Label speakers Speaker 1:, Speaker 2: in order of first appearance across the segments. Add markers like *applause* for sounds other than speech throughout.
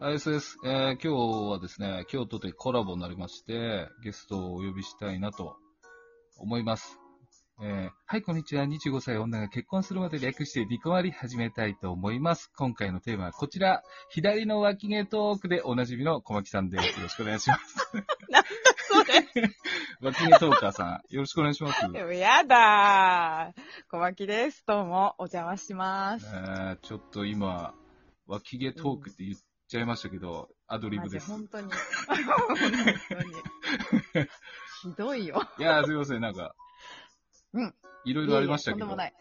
Speaker 1: ISS、えー今日はですね、京都でコラボになりまして、ゲストをお呼びしたいなと思います。えーはい、こんにちは。25歳女が結婚するまで略して離婚あり始めたいと思います。今回のテーマはこちら。左の脇毛トークでおなじみの小牧さんです。よろしくお願いします。
Speaker 2: そうで
Speaker 1: 脇毛トーカーさん、よろしくお願いします。
Speaker 2: す。でもやだー。小牧です。どうも、お邪魔します。
Speaker 1: えーちょっと今、脇毛トークって言っちゃいましたけど、アドリブ
Speaker 2: マジ
Speaker 1: です。
Speaker 2: 本当に。本
Speaker 1: *laughs*
Speaker 2: 当に。ひどいよ。
Speaker 1: いやー、すいません、なんか。
Speaker 2: うん。
Speaker 1: いろいろありましたけ
Speaker 2: いえいえと
Speaker 1: ど、
Speaker 2: んでもない。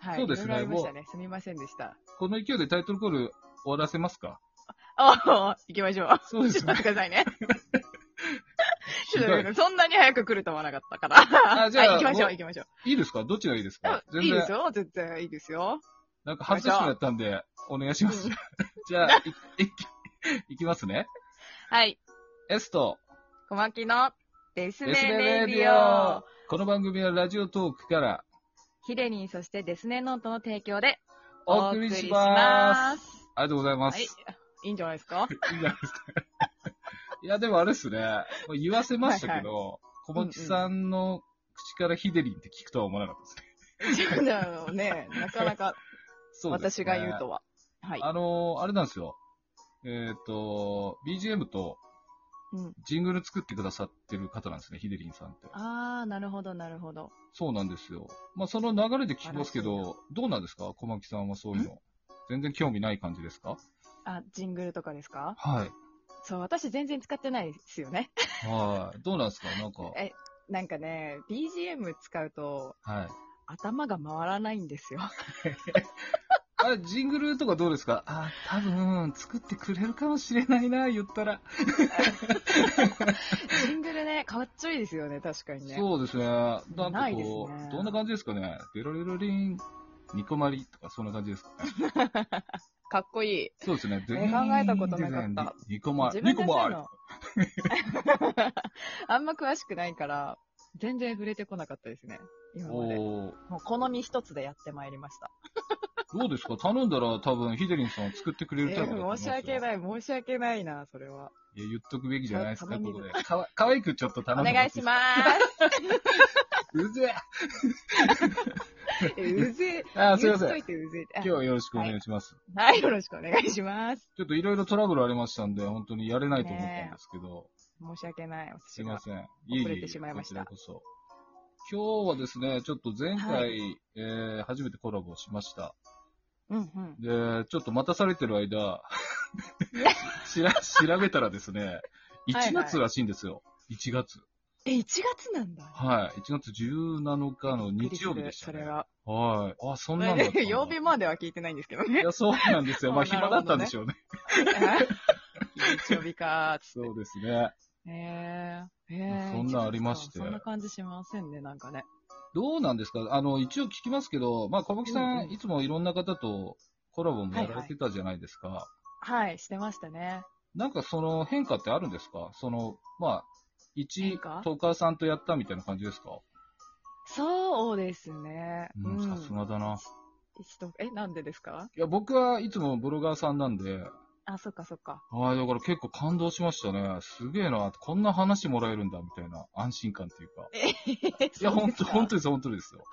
Speaker 2: はい。
Speaker 1: そうですね
Speaker 2: いろいろありましたね。すみませんでした。
Speaker 1: この勢いでタイトルコール終わらせますか
Speaker 2: あ行きましょう。
Speaker 1: そうです
Speaker 2: ちょ
Speaker 1: ね
Speaker 2: っと待ってくださいね。ち
Speaker 1: ひ
Speaker 2: ょっ
Speaker 1: ど
Speaker 2: と
Speaker 1: い
Speaker 2: 待ってくださいそんなに早く来るとは思わなかったから。
Speaker 1: あじゃあ
Speaker 2: はい行きましょ
Speaker 1: も
Speaker 2: う、
Speaker 1: う
Speaker 2: 行きましょう。
Speaker 1: *laughs* いいですかどっちがいいですか
Speaker 2: いいですよ、全然いいですよ。
Speaker 1: なんか半年もやったんで、お願いします。
Speaker 2: うん
Speaker 1: じゃあ、い、 *laughs* い、いきますね。
Speaker 2: はい。
Speaker 1: S と、
Speaker 2: 小牧のデスネ
Speaker 1: デスネ
Speaker 2: レ
Speaker 1: レ
Speaker 2: デ
Speaker 1: デ
Speaker 2: ィ
Speaker 1: ィ
Speaker 2: オ
Speaker 1: オ。この番組はラジオトークから
Speaker 2: ヒデリン、そしてデスネノートの提供で
Speaker 1: お送りします。
Speaker 2: す。
Speaker 1: ありがとうございます。
Speaker 2: はい。いいんじゃないで
Speaker 1: *laughs*
Speaker 2: すか
Speaker 1: いいんじゃないですか。いや、でもあれですね。まあ言わせましたけど、小牧さんの口からヒデリンって聞くとは思わなかったですね。
Speaker 2: じゃあね、なかなか
Speaker 1: そうです
Speaker 2: 私
Speaker 1: ね
Speaker 2: が言うとは。はい。
Speaker 1: あのーあれなんですよ。えっ、と、BGM と
Speaker 2: うん、
Speaker 1: ジングル作ってくださってる方なんですね、ヒデリンさんって。
Speaker 2: あー、なるほど、なるほど。
Speaker 1: そうなんですよ。まあ、その流れで聞きますけ
Speaker 2: 素晴ら
Speaker 1: ど、どうなんですか小牧さんはそういうの。全然興味ない感じですか
Speaker 2: あ、ジングルとかですか
Speaker 1: はい。
Speaker 2: そう、私全然使ってないですよね。 *laughs*
Speaker 1: はい。どうなんですかなんか、
Speaker 2: えなんかね、BGM 使うと
Speaker 1: はい。
Speaker 2: 頭が回らないんですよ。
Speaker 1: *laughs* あ、ジングルとかどうですかあ、多分、作ってくれるかもしれないな、言ったら。
Speaker 2: ジングルね、かっちょいいですよね、確かにね。
Speaker 1: そうですね。なんかこう、
Speaker 2: ないですね
Speaker 1: どんな感じですかねベロレロリン、ニコマリとか、そんな感じですかね。
Speaker 2: かっこいい。
Speaker 1: そうですね。考
Speaker 2: え考えたことなかった
Speaker 1: ニコマリ。
Speaker 2: 自
Speaker 1: ニ
Speaker 2: 分で
Speaker 1: コ
Speaker 2: そうい
Speaker 1: マ
Speaker 2: う
Speaker 1: リ。
Speaker 2: の。 *laughs* あんま詳しくないから、全然触れてこなかったですね。今まで。
Speaker 1: おー
Speaker 2: もう好み一つでやってまいりました。
Speaker 1: どうですか頼んだら多分、ヒデリンさん作ってくれるタイプだと思いま
Speaker 2: 申
Speaker 1: す
Speaker 2: し
Speaker 1: よ
Speaker 2: 訳ない、申し訳ないな、それは。
Speaker 1: いや、言っとくべきじゃないですか、
Speaker 2: 頼み
Speaker 1: こ
Speaker 2: に
Speaker 1: こで。かわ、かわいくちょっと頼
Speaker 2: お
Speaker 1: んで。
Speaker 2: 願いします
Speaker 1: うぜ
Speaker 2: *laughs* す。う
Speaker 1: え
Speaker 2: ぜ
Speaker 1: あー、すいません。
Speaker 2: 言っと
Speaker 1: 今
Speaker 2: いてうぜ
Speaker 1: 日はよろしくお願いします。
Speaker 2: あはい、よろしくお願いします。
Speaker 1: ちょっといろいろトラブルありましたんで、本当にやれないと思ったんですけど、
Speaker 2: 申し訳ない、
Speaker 1: すい
Speaker 2: 私
Speaker 1: ま
Speaker 2: が。
Speaker 1: せん。いえい
Speaker 2: 遅
Speaker 1: え
Speaker 2: れてしまいました
Speaker 1: こちらこそ。今日はですね、ちょっと前回、
Speaker 2: は
Speaker 1: えー、初めてコラボしました。
Speaker 2: うんうん。
Speaker 1: で、ちょっと待たされてる間
Speaker 2: いや、
Speaker 1: *laughs* しら、調べたらですね、
Speaker 2: はい
Speaker 1: 1月らしいんですよ。1月。
Speaker 2: え、1月なんだ。
Speaker 1: はい。1月17日の日曜日でした
Speaker 2: びっく
Speaker 1: ね。
Speaker 2: りするそれは。
Speaker 1: はい。あ、そんなんだったんだ。
Speaker 2: *laughs* 曜日までは聞いてないんですけど
Speaker 1: い
Speaker 2: ね。
Speaker 1: や、そうなんです
Speaker 2: *laughs*
Speaker 1: よ。まあ、
Speaker 2: あなる
Speaker 1: 暇
Speaker 2: ほどね
Speaker 1: だったんでしょうね。
Speaker 2: 日曜日かーつっ
Speaker 1: そうですね。
Speaker 2: て。へえー。へー
Speaker 1: そんなんありまして
Speaker 2: そんな感じしませんね、なんかね。
Speaker 1: どうなんですかあの、一応聞きますけど、まあ、小牧さん、
Speaker 2: うんうん
Speaker 1: いつもいろんな方とコラボもやられてたじゃないですか。
Speaker 2: はい、してましたね。
Speaker 1: なんかその変化ってあるんですかその、まあ、一
Speaker 2: 変化、
Speaker 1: トーカーさんとやったみたいな感じですか
Speaker 2: そうですね。
Speaker 1: うん、さすがだな。
Speaker 2: 一度え、なんでですか
Speaker 1: いや、僕はいつもブロガーさんなんで、
Speaker 2: あ、そっかそっか。
Speaker 1: はい、だから結構感動しましたね。すげえな、こんな話もらえるんだ、みたいな安心感っていうか。いや、
Speaker 2: そう
Speaker 1: 本
Speaker 2: です
Speaker 1: 当
Speaker 2: か
Speaker 1: 本当です、本当ですよ。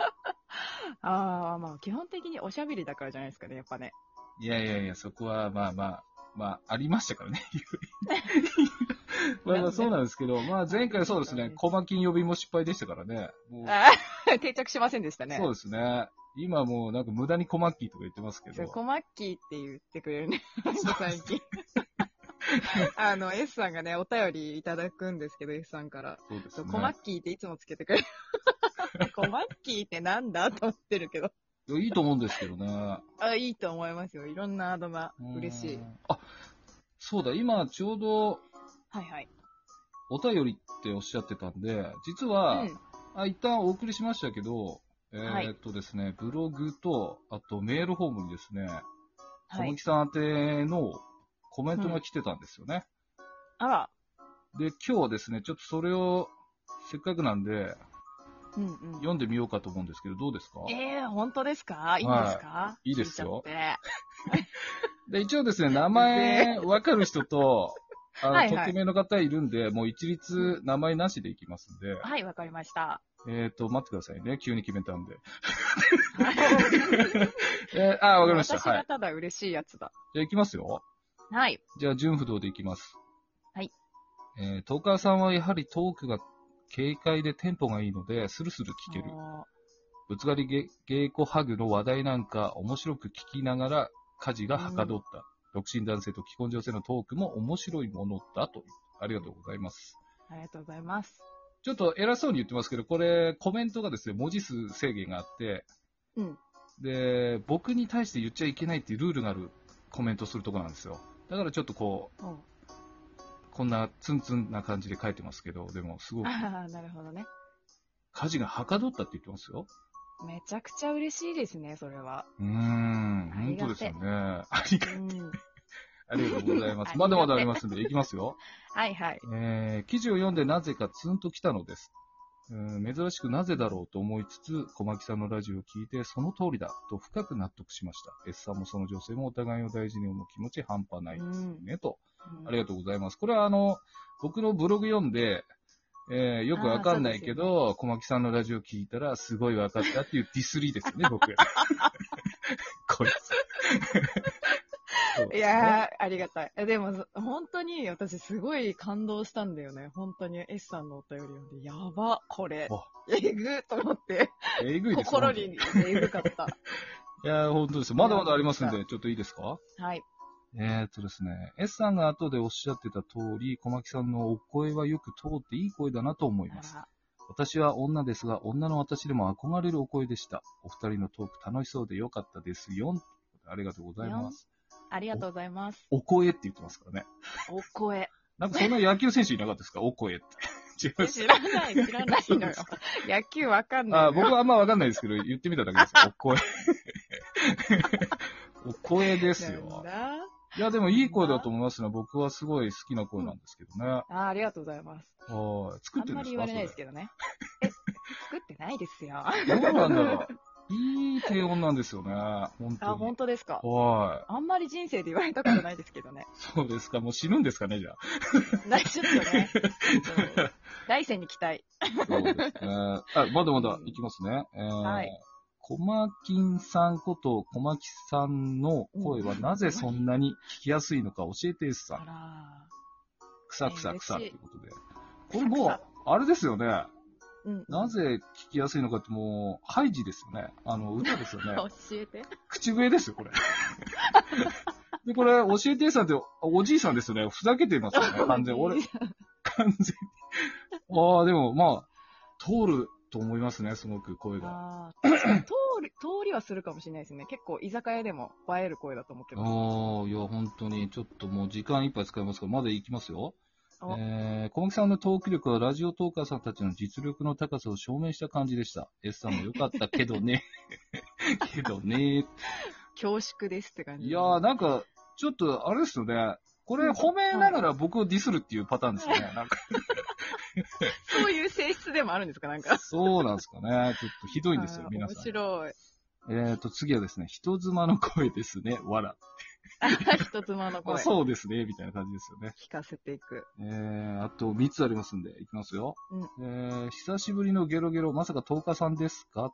Speaker 2: ああ、まあ、基本的におしゃべりだからじゃないですかね、やっぱね。
Speaker 1: いやいやいや、そこは、まあまあ、まあ、ありました
Speaker 2: *laughs*
Speaker 1: からね。まあまあ、そうなんですけど、まあ前回そうですね、小牧呼びも失敗でしたからね。もう
Speaker 2: あー定着しませんでしたね。
Speaker 1: そうですね。今もうなんか無駄に小牧とか言ってますけ
Speaker 2: そう
Speaker 1: ど。
Speaker 2: コマッキーって言ってくれるね、
Speaker 1: *laughs*
Speaker 2: 最近。あの、S さんがね、お便りいただくんですけど、S さんから。
Speaker 1: そうです
Speaker 2: そう
Speaker 1: ね。
Speaker 2: コマッキーっていつもつけ
Speaker 1: *laughs*
Speaker 2: てくれる。コマッキーってなんだと思ってるけど。
Speaker 1: いやいいと思うんですけどね。
Speaker 2: あ、いいと思いますよ。いろんなアドバ嬉し
Speaker 1: う
Speaker 2: い
Speaker 1: ん。。あ、そうだ、今ちょうど
Speaker 2: はいはい。
Speaker 1: お便りっておっしゃってたんで、実は、
Speaker 2: うん。
Speaker 1: あ一旦お送りしましたけど、え
Speaker 2: はい
Speaker 1: ーっとですね、ブログと、あとメールフォームにですね、小
Speaker 2: はい
Speaker 1: 牧。さん宛てのコメントが来てたんですよね。
Speaker 2: あら。
Speaker 1: で、今日ですね、ちょっとそれを、せっかくなんで、
Speaker 2: うんうん。
Speaker 1: 読んでみようかと思うんですけど、どうですか
Speaker 2: ええー、本当ですかいいんですか、
Speaker 1: いいですよ
Speaker 2: 聞いちゃって
Speaker 1: で、一応ですね、名前わかる人と、あの、
Speaker 2: はいはい
Speaker 1: 匿名の方いるんで、もう一律名前なしでいきますんで、
Speaker 2: はい、わかりま
Speaker 1: *laughs*
Speaker 2: した。
Speaker 1: えっ、と、待ってくださいね。急に決めたんで。えー、あー、わかりました。
Speaker 2: 私
Speaker 1: は
Speaker 2: が
Speaker 1: い。
Speaker 2: ただ嬉しいやつだ。
Speaker 1: じゃあ行きますよ。
Speaker 2: はい。
Speaker 1: じゃあ、純不動でいきます。
Speaker 2: はい。
Speaker 1: えー、トーカーさんはやはりトークが軽快でテンポがいいので、スルスル聞ける。
Speaker 2: あ
Speaker 1: ぶつかりげ稽古ハグの話題なんか面白く聞きながら家事がはかどった。独身男性と既婚女性のトークも面白いものだと。ありがとうございます。
Speaker 2: ーありがとうございます。
Speaker 1: ちょっと偉そうに言ってますけど、これコメントがですね、文字数制限があって、
Speaker 2: うん。
Speaker 1: で、僕に対して言っちゃいけないっていうルールがあるコメントするとこなんですよ。だからちょっとこ
Speaker 2: おう
Speaker 1: う、こんなツンツンな感じで書いてますけど、でもすごく
Speaker 2: ああ、なるほどね。
Speaker 1: 家事がはかどったって言ってますよ。
Speaker 2: めちゃくちゃ嬉しいですね、それは。
Speaker 1: うーん、
Speaker 2: あり
Speaker 1: 本
Speaker 2: が
Speaker 1: 当
Speaker 2: て
Speaker 1: ですよね。ありが
Speaker 2: うん。
Speaker 1: ありがとうございま
Speaker 2: あ
Speaker 1: す。
Speaker 2: *laughs* り
Speaker 1: ま
Speaker 2: がて
Speaker 1: だまだありますんで、いきますよ。
Speaker 2: はいはい。
Speaker 1: えー、記事を読んでなぜかツンと来たのです。うん珍しくなぜだろうと思いつつ、小牧さんのラジオを聞いて、その通りだと深く納得しました。S さんもその女性もお互いを大事に思う気持ち半端ないですね、と。ありがとうございます。これはあの、僕のブログ読んで、えーよくわかんないけ
Speaker 2: あー
Speaker 1: ど、小牧さんのラジオ聞いたら、すごいわかったっていうディスリーですよね、僕。
Speaker 2: *laughs*
Speaker 1: こいつ。そうですね
Speaker 2: いやー、ありがたい。えでも、そ本当に私すごい感動したんだよね。本当に S さんのお便り読んで、やば、これ
Speaker 1: あ。
Speaker 2: えぐと思って、
Speaker 1: えぐいですね
Speaker 2: 心にえぐか
Speaker 1: *laughs*
Speaker 2: った。
Speaker 1: いやー、本当ですよ。まだまだありますんで、ちょっといいですか
Speaker 2: はい。
Speaker 1: えー、っとですね、S さんが後でおっしゃってた通り、小牧さんのお声はよく通っていい声だなと思います。
Speaker 2: あ
Speaker 1: 私は女ですが、女の私でも憧れるお声でした。お二人のトーク楽しそうでよかったですよ。ありがとうございます。
Speaker 2: ありがとうございます。
Speaker 1: お声って言ってますからね。
Speaker 2: お声。
Speaker 1: なんかそんな野球選手いなかったですかお *laughs* 声って。違いま
Speaker 2: え
Speaker 1: す。
Speaker 2: 知らない、知
Speaker 1: *laughs*
Speaker 2: らないのよ。野球わかんない。
Speaker 1: あー僕はあんまわかんないですけど、言ってみただけ
Speaker 2: *laughs*
Speaker 1: です。お声。 *laughs* お声です
Speaker 2: なん
Speaker 1: よ。
Speaker 2: だ
Speaker 1: いや、でもいい声だと思いますね。僕はすごい好きな声なんですけどね。
Speaker 2: あーありがとうございます。
Speaker 1: はい。作
Speaker 2: あ
Speaker 1: っ
Speaker 2: ん
Speaker 1: てるんで
Speaker 2: まり
Speaker 1: す
Speaker 2: 言
Speaker 1: か
Speaker 2: われないですけどね。え、作ってないで
Speaker 1: *laughs*
Speaker 2: すよ。あ、
Speaker 1: それどうなんだろう。いい低音なんですよね。本当に。
Speaker 2: 本当ですか。
Speaker 1: は
Speaker 2: あんまり人生で言われたことないですけどね
Speaker 1: い。。そうですか。もう死ぬんですかね、じゃあ。
Speaker 2: なちょっと
Speaker 1: *laughs*
Speaker 2: ね。うん来世に期待。
Speaker 1: そうです *laughs* ね。あ、まだまだいきますね。えー、
Speaker 2: はい
Speaker 1: 小牧さんこと小牧さんの声はなぜそんなに聞きやすいのか教えてですさん。
Speaker 2: あ
Speaker 1: くさくさくさって
Speaker 2: 嬉しい
Speaker 1: ことで。これもう、あれですよね。
Speaker 2: ら。うん。
Speaker 1: なぜ聞きやすいのかってもう、ハイジですよね。あの、歌ですよね。
Speaker 2: 教えて。
Speaker 1: 口笛ですよ、 *laughs* これ。で、これ、教えてさんって、おじいさんですよね。ふざけてますよね、完全に。俺、完全に。ああ、でも、まあ、通ると思いますね、すごく声が。
Speaker 2: あー確
Speaker 1: *clears throat*
Speaker 2: かに通り、通りはするかもしれないですね。結構居酒屋でも映える声だと思って
Speaker 1: ああ
Speaker 2: ます。
Speaker 1: ー、いや、本当に、ちょっともう時間いっぱい使いますから、まだいきますよ。
Speaker 2: お
Speaker 1: えー、小牧さんのトーク力は、ラジオトーカーさんたちの実力の高さを証明した感じでした。S さんも良かったけど
Speaker 2: *laughs*
Speaker 1: ね。けどね。
Speaker 2: 恐縮ですって感じ。
Speaker 1: いやー、なんか、ちょっと、あれですよね。これ、褒めながら僕をディスるっていうパターンですよね。なんか、
Speaker 2: そういう性質でもあるんですかなんか。
Speaker 1: そうなんですかね。ちょっとひどいんですよ
Speaker 2: あ、ー
Speaker 1: 皆さん。
Speaker 2: 面白い。 *laughs*
Speaker 1: えーと、次はですね、人妻の声ですね。わら。
Speaker 2: 人妻の
Speaker 1: ま
Speaker 2: 声
Speaker 1: あ、
Speaker 2: 聞
Speaker 1: そうですね、みたいな感じですよね。
Speaker 2: かせていく。
Speaker 1: えー、あと3つありますんで、いきますよ。えー、久しぶりのゲロゲロ、まさか10日さんですかと。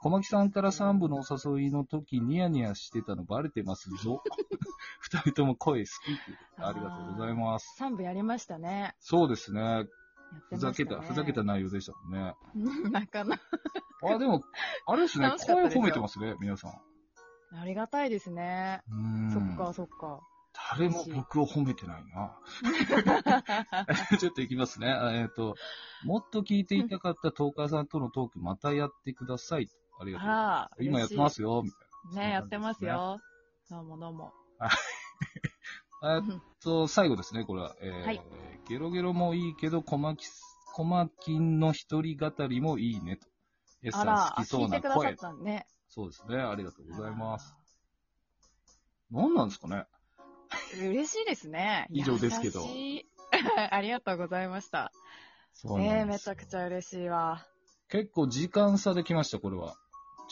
Speaker 1: 小牧さんから3部のお誘いの時、ニヤニヤしてたのバレてますぞ。 *laughs* 二人とも声好きっていうことでありがとうございます。
Speaker 2: 3部やりましたね。
Speaker 1: そうですね。
Speaker 2: やって
Speaker 1: ふ
Speaker 2: ま
Speaker 1: ざけ、
Speaker 2: したね
Speaker 1: ふざけた。内容でしたもんね。
Speaker 2: *laughs* なかなか。
Speaker 1: あ、でも、あれですね
Speaker 2: 楽、しかっ
Speaker 1: 声
Speaker 2: たですよ
Speaker 1: 褒めてますね、皆さん。
Speaker 2: ありがたいですね。
Speaker 1: うーん
Speaker 2: そっか、そっか。
Speaker 1: 誰も僕を褒めてないな。 *laughs* ちょっといきますね。あえっ、と、もっと聞いていたかったトーカーさんとのトーク、またやってください。ありがとうございま
Speaker 2: あら。
Speaker 1: す。、今やってますすよ、みたいそんな感じですね
Speaker 2: ね、やってますよ。どうもどうも。
Speaker 1: な。えっ
Speaker 2: *laughs*
Speaker 1: と、最後ですね、これは。えー
Speaker 2: はい
Speaker 1: ゲロゲロもいいけど、小牧、小牧の一人語りもいいねと。S
Speaker 2: あ
Speaker 1: さ
Speaker 2: ら、
Speaker 1: ん好きそ
Speaker 2: 聞
Speaker 1: う
Speaker 2: い
Speaker 1: な
Speaker 2: てくださっ
Speaker 1: 声。
Speaker 2: たんね。
Speaker 1: そうですね、ありがとうございます。何なんですかね
Speaker 2: あー。嬉しいですね。
Speaker 1: 以上ですけど
Speaker 2: 優しい *laughs* ありがとうございました。
Speaker 1: そう
Speaker 2: ね
Speaker 1: な
Speaker 2: え、
Speaker 1: んで
Speaker 2: め
Speaker 1: す
Speaker 2: ち
Speaker 1: よ
Speaker 2: ゃくちゃ嬉し
Speaker 1: *laughs*
Speaker 2: いわ。
Speaker 1: 結構時間差できました、これは。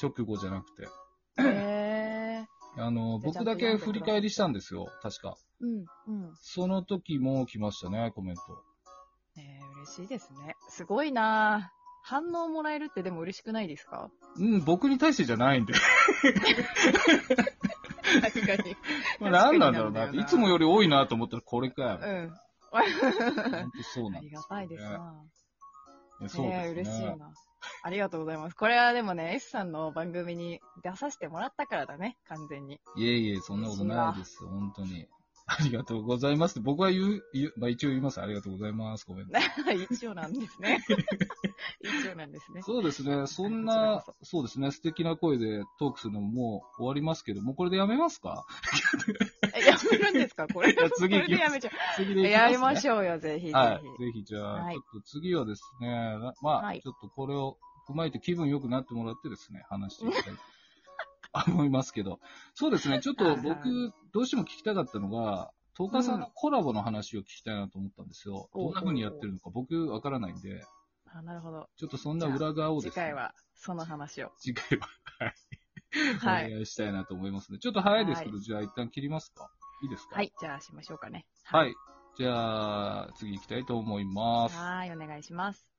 Speaker 1: 直後じゃなくて。
Speaker 2: へえ
Speaker 1: あの、
Speaker 2: じゃあ
Speaker 1: 僕だ
Speaker 2: ちゃ
Speaker 1: け
Speaker 2: んと読んでください
Speaker 1: 振り返りしたんですよ、確か。
Speaker 2: うん、うん。
Speaker 1: その時も来ましたね、コメント。
Speaker 2: ねえ嬉しいですね。すごいなぁ反応もらえるってでも嬉しくないで
Speaker 1: *laughs*
Speaker 2: すか
Speaker 1: うん、僕に対してじゃないん
Speaker 2: *laughs*
Speaker 1: で。
Speaker 2: 確かに。
Speaker 1: まあ何なんだろうなっ
Speaker 2: 確かになん
Speaker 1: て。
Speaker 2: だよ
Speaker 1: い
Speaker 2: な
Speaker 1: つもより多いなと思ったらこれかよ。
Speaker 2: うん。
Speaker 1: 本当そうな
Speaker 2: あ
Speaker 1: んで
Speaker 2: り
Speaker 1: すよ、ね。
Speaker 2: がたいですな
Speaker 1: えそう
Speaker 2: ぁ
Speaker 1: ですね。
Speaker 2: ねえ嬉しいな。ありがとうございます。これはでもね、S さんの番組に出させてもらったからだね、完全に。 *laughs*
Speaker 1: いえいえ、そんなことないです。本当に。ありがとうございますって。僕は言う、言う、まあ一応言います。ありがとうございます。ごめんなさ
Speaker 2: 一応なんで
Speaker 1: *laughs*
Speaker 2: すね。一応なんですね
Speaker 1: い。。そうですね。そんな、そうですね。素敵な声でトークするのももう終わりますけど、もうこれでやめます
Speaker 2: *laughs*
Speaker 1: か
Speaker 2: え、やめるんですかこれ。
Speaker 1: いや次行
Speaker 2: これ
Speaker 1: き
Speaker 2: で
Speaker 1: ま
Speaker 2: や
Speaker 1: す
Speaker 2: めちゃ
Speaker 1: 次
Speaker 2: う。
Speaker 1: でいきます、ね。
Speaker 2: やりましょうよ、ぜひぜひ。
Speaker 1: はい。ぜひ、じゃあ、
Speaker 2: はい
Speaker 1: ちょっと次はですね、なまあ、
Speaker 2: はい
Speaker 1: ちょっとこれを踏まえて気分良くなってもらってですね、話していきたいと
Speaker 2: *laughs*
Speaker 1: 思いますけど。そうですね、ちょっと
Speaker 2: はいは
Speaker 1: 僕、どうしても聞きたかったのが、トーカーさんのコラボの話を聞きたいなと思ったんですよ。
Speaker 2: お
Speaker 1: ど
Speaker 2: う
Speaker 1: んな風にやってるのか僕わからないんで、
Speaker 2: あ、なるほど。
Speaker 1: ちょっとそんな裏側をで
Speaker 2: 次
Speaker 1: すね、
Speaker 2: 回は、その話を。
Speaker 1: 次回は、
Speaker 2: は
Speaker 1: お
Speaker 2: い。
Speaker 1: 願いしたいなと思いますね。ちょっと早いですけど、じゃあ一旦切りますかいいですか
Speaker 2: は。い、じゃあしましょうかね。
Speaker 1: はい。じゃあ、次行きたいと思います。
Speaker 2: はい、お願いします。